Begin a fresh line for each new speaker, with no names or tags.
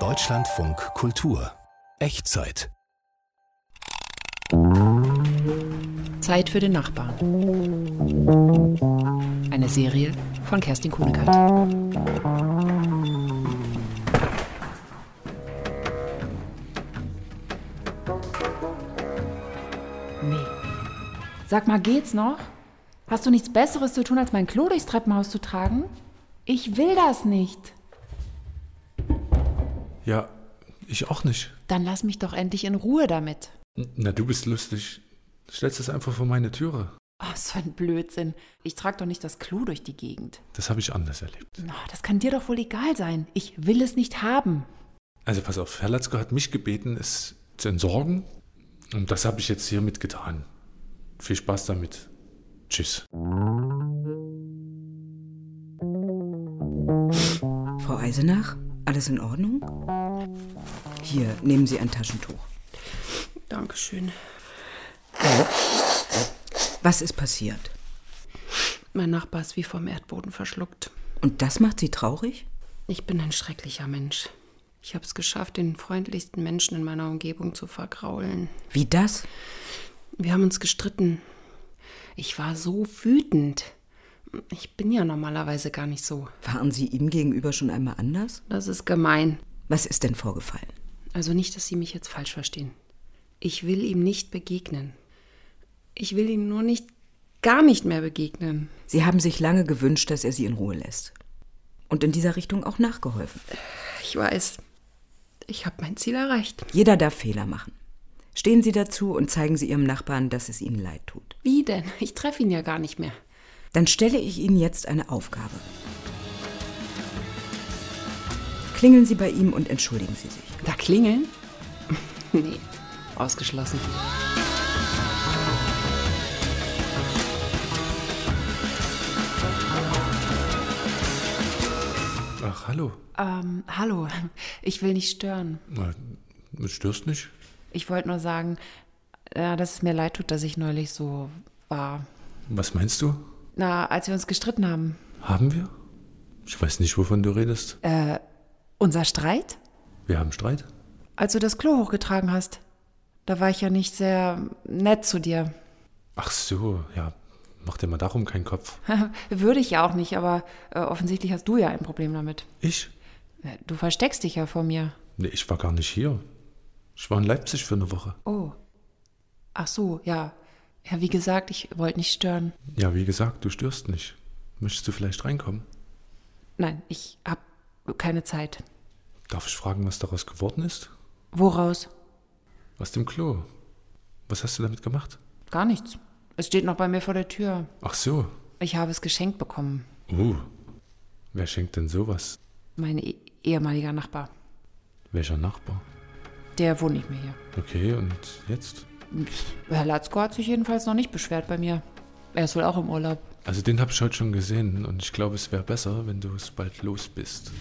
Deutschlandfunk Kultur. Echtzeit.
Zeit für den Nachbarn. Eine Serie von Kerstin Kuhnekart.
Nee. Sag mal, geht's noch? Hast du nichts Besseres zu tun, als mein Klo durchs Treppenhaus zu tragen? Ich will das nicht.
Ja, ich auch nicht.
Dann lass mich doch endlich in Ruhe damit.
Na, du bist lustig. Stellst es einfach vor meine Türe.
Oh, so ein Blödsinn. Ich trage doch nicht das Klo durch die Gegend.
Das habe ich anders erlebt.
Na, Ah, das kann dir doch wohl egal sein. Ich will es nicht haben.
Also pass auf, Herr Latzko hat mich gebeten, es zu entsorgen. Und das habe ich jetzt hiermit getan. Viel Spaß damit. Tschüss.
Frau Eisenach, alles in Ordnung? Hier, nehmen Sie ein Taschentuch.
Dankeschön.
Was ist passiert?
Mein Nachbar ist wie vom Erdboden verschluckt.
Und das macht Sie traurig?
Ich bin ein schrecklicher Mensch. Ich habe es geschafft, den freundlichsten Menschen in meiner Umgebung zu vergraulen.
Wie das?
Wir haben uns gestritten. Ich war so wütend. Ich bin ja normalerweise gar nicht so.
Waren Sie ihm gegenüber schon einmal anders?
Das ist gemein.
Was ist denn vorgefallen?
Also nicht, dass Sie mich jetzt falsch verstehen. Ich will ihm nicht begegnen. Ich will ihm nur nicht, gar nicht mehr begegnen.
Sie haben sich lange gewünscht, dass er Sie in Ruhe lässt. Und in dieser Richtung auch nachgeholfen.
Ich weiß, ich habe mein Ziel erreicht.
Jeder darf Fehler machen. Stehen Sie dazu und zeigen Sie Ihrem Nachbarn, dass es Ihnen leid tut.
Wie denn? Ich treffe ihn ja gar nicht mehr.
Dann stelle ich Ihnen jetzt eine Aufgabe. Klingeln Sie bei ihm und entschuldigen Sie sich.
Da klingeln? nee, ausgeschlossen.
Ach, hallo.
Ähm, hallo. Ich will nicht stören.
Na, du störst nicht?
Ich wollte nur sagen, äh, dass es mir leid tut, dass ich neulich so war.
Was meinst du?
Na, als wir uns gestritten haben.
Haben wir? Ich weiß nicht, wovon du redest.
Unser Streit?
Wir haben Streit.
Als du das Klo hochgetragen hast. Da war ich ja nicht sehr nett zu dir.
Ach so, ja. Mach dir mal darum keinen Kopf.
Würde ich ja auch nicht, aber äh, offensichtlich hast du ja ein Problem damit.
Ich?
Äh, Du versteckst dich ja vor mir.
Nee, ich war gar nicht hier. Ich war in Leipzig für eine Woche.
Oh. Ach so, ja. Ja, wie gesagt, ich wollte nicht stören.
Ja, wie gesagt, du störst nicht. Möchtest du vielleicht reinkommen?
Nein, ich hab keine Zeit.
Darf ich fragen, was daraus geworden ist?
Woraus?
Aus dem Klo. Was hast du damit gemacht?
Gar nichts. Es steht noch bei mir vor der Tür.
Ach so.
Ich habe es geschenkt bekommen.
Uh. Wer schenkt denn sowas?
Mein eh- ehemaliger Nachbar.
Welcher Nachbar?
Der wohnt nicht mehr hier.
Okay, und jetzt?
Herr Latzko hat sich jedenfalls noch nicht beschwert bei mir. Er ist wohl auch im Urlaub.
Also den habe ich heute schon gesehen und ich glaube, es wäre besser, wenn du es bald los bist.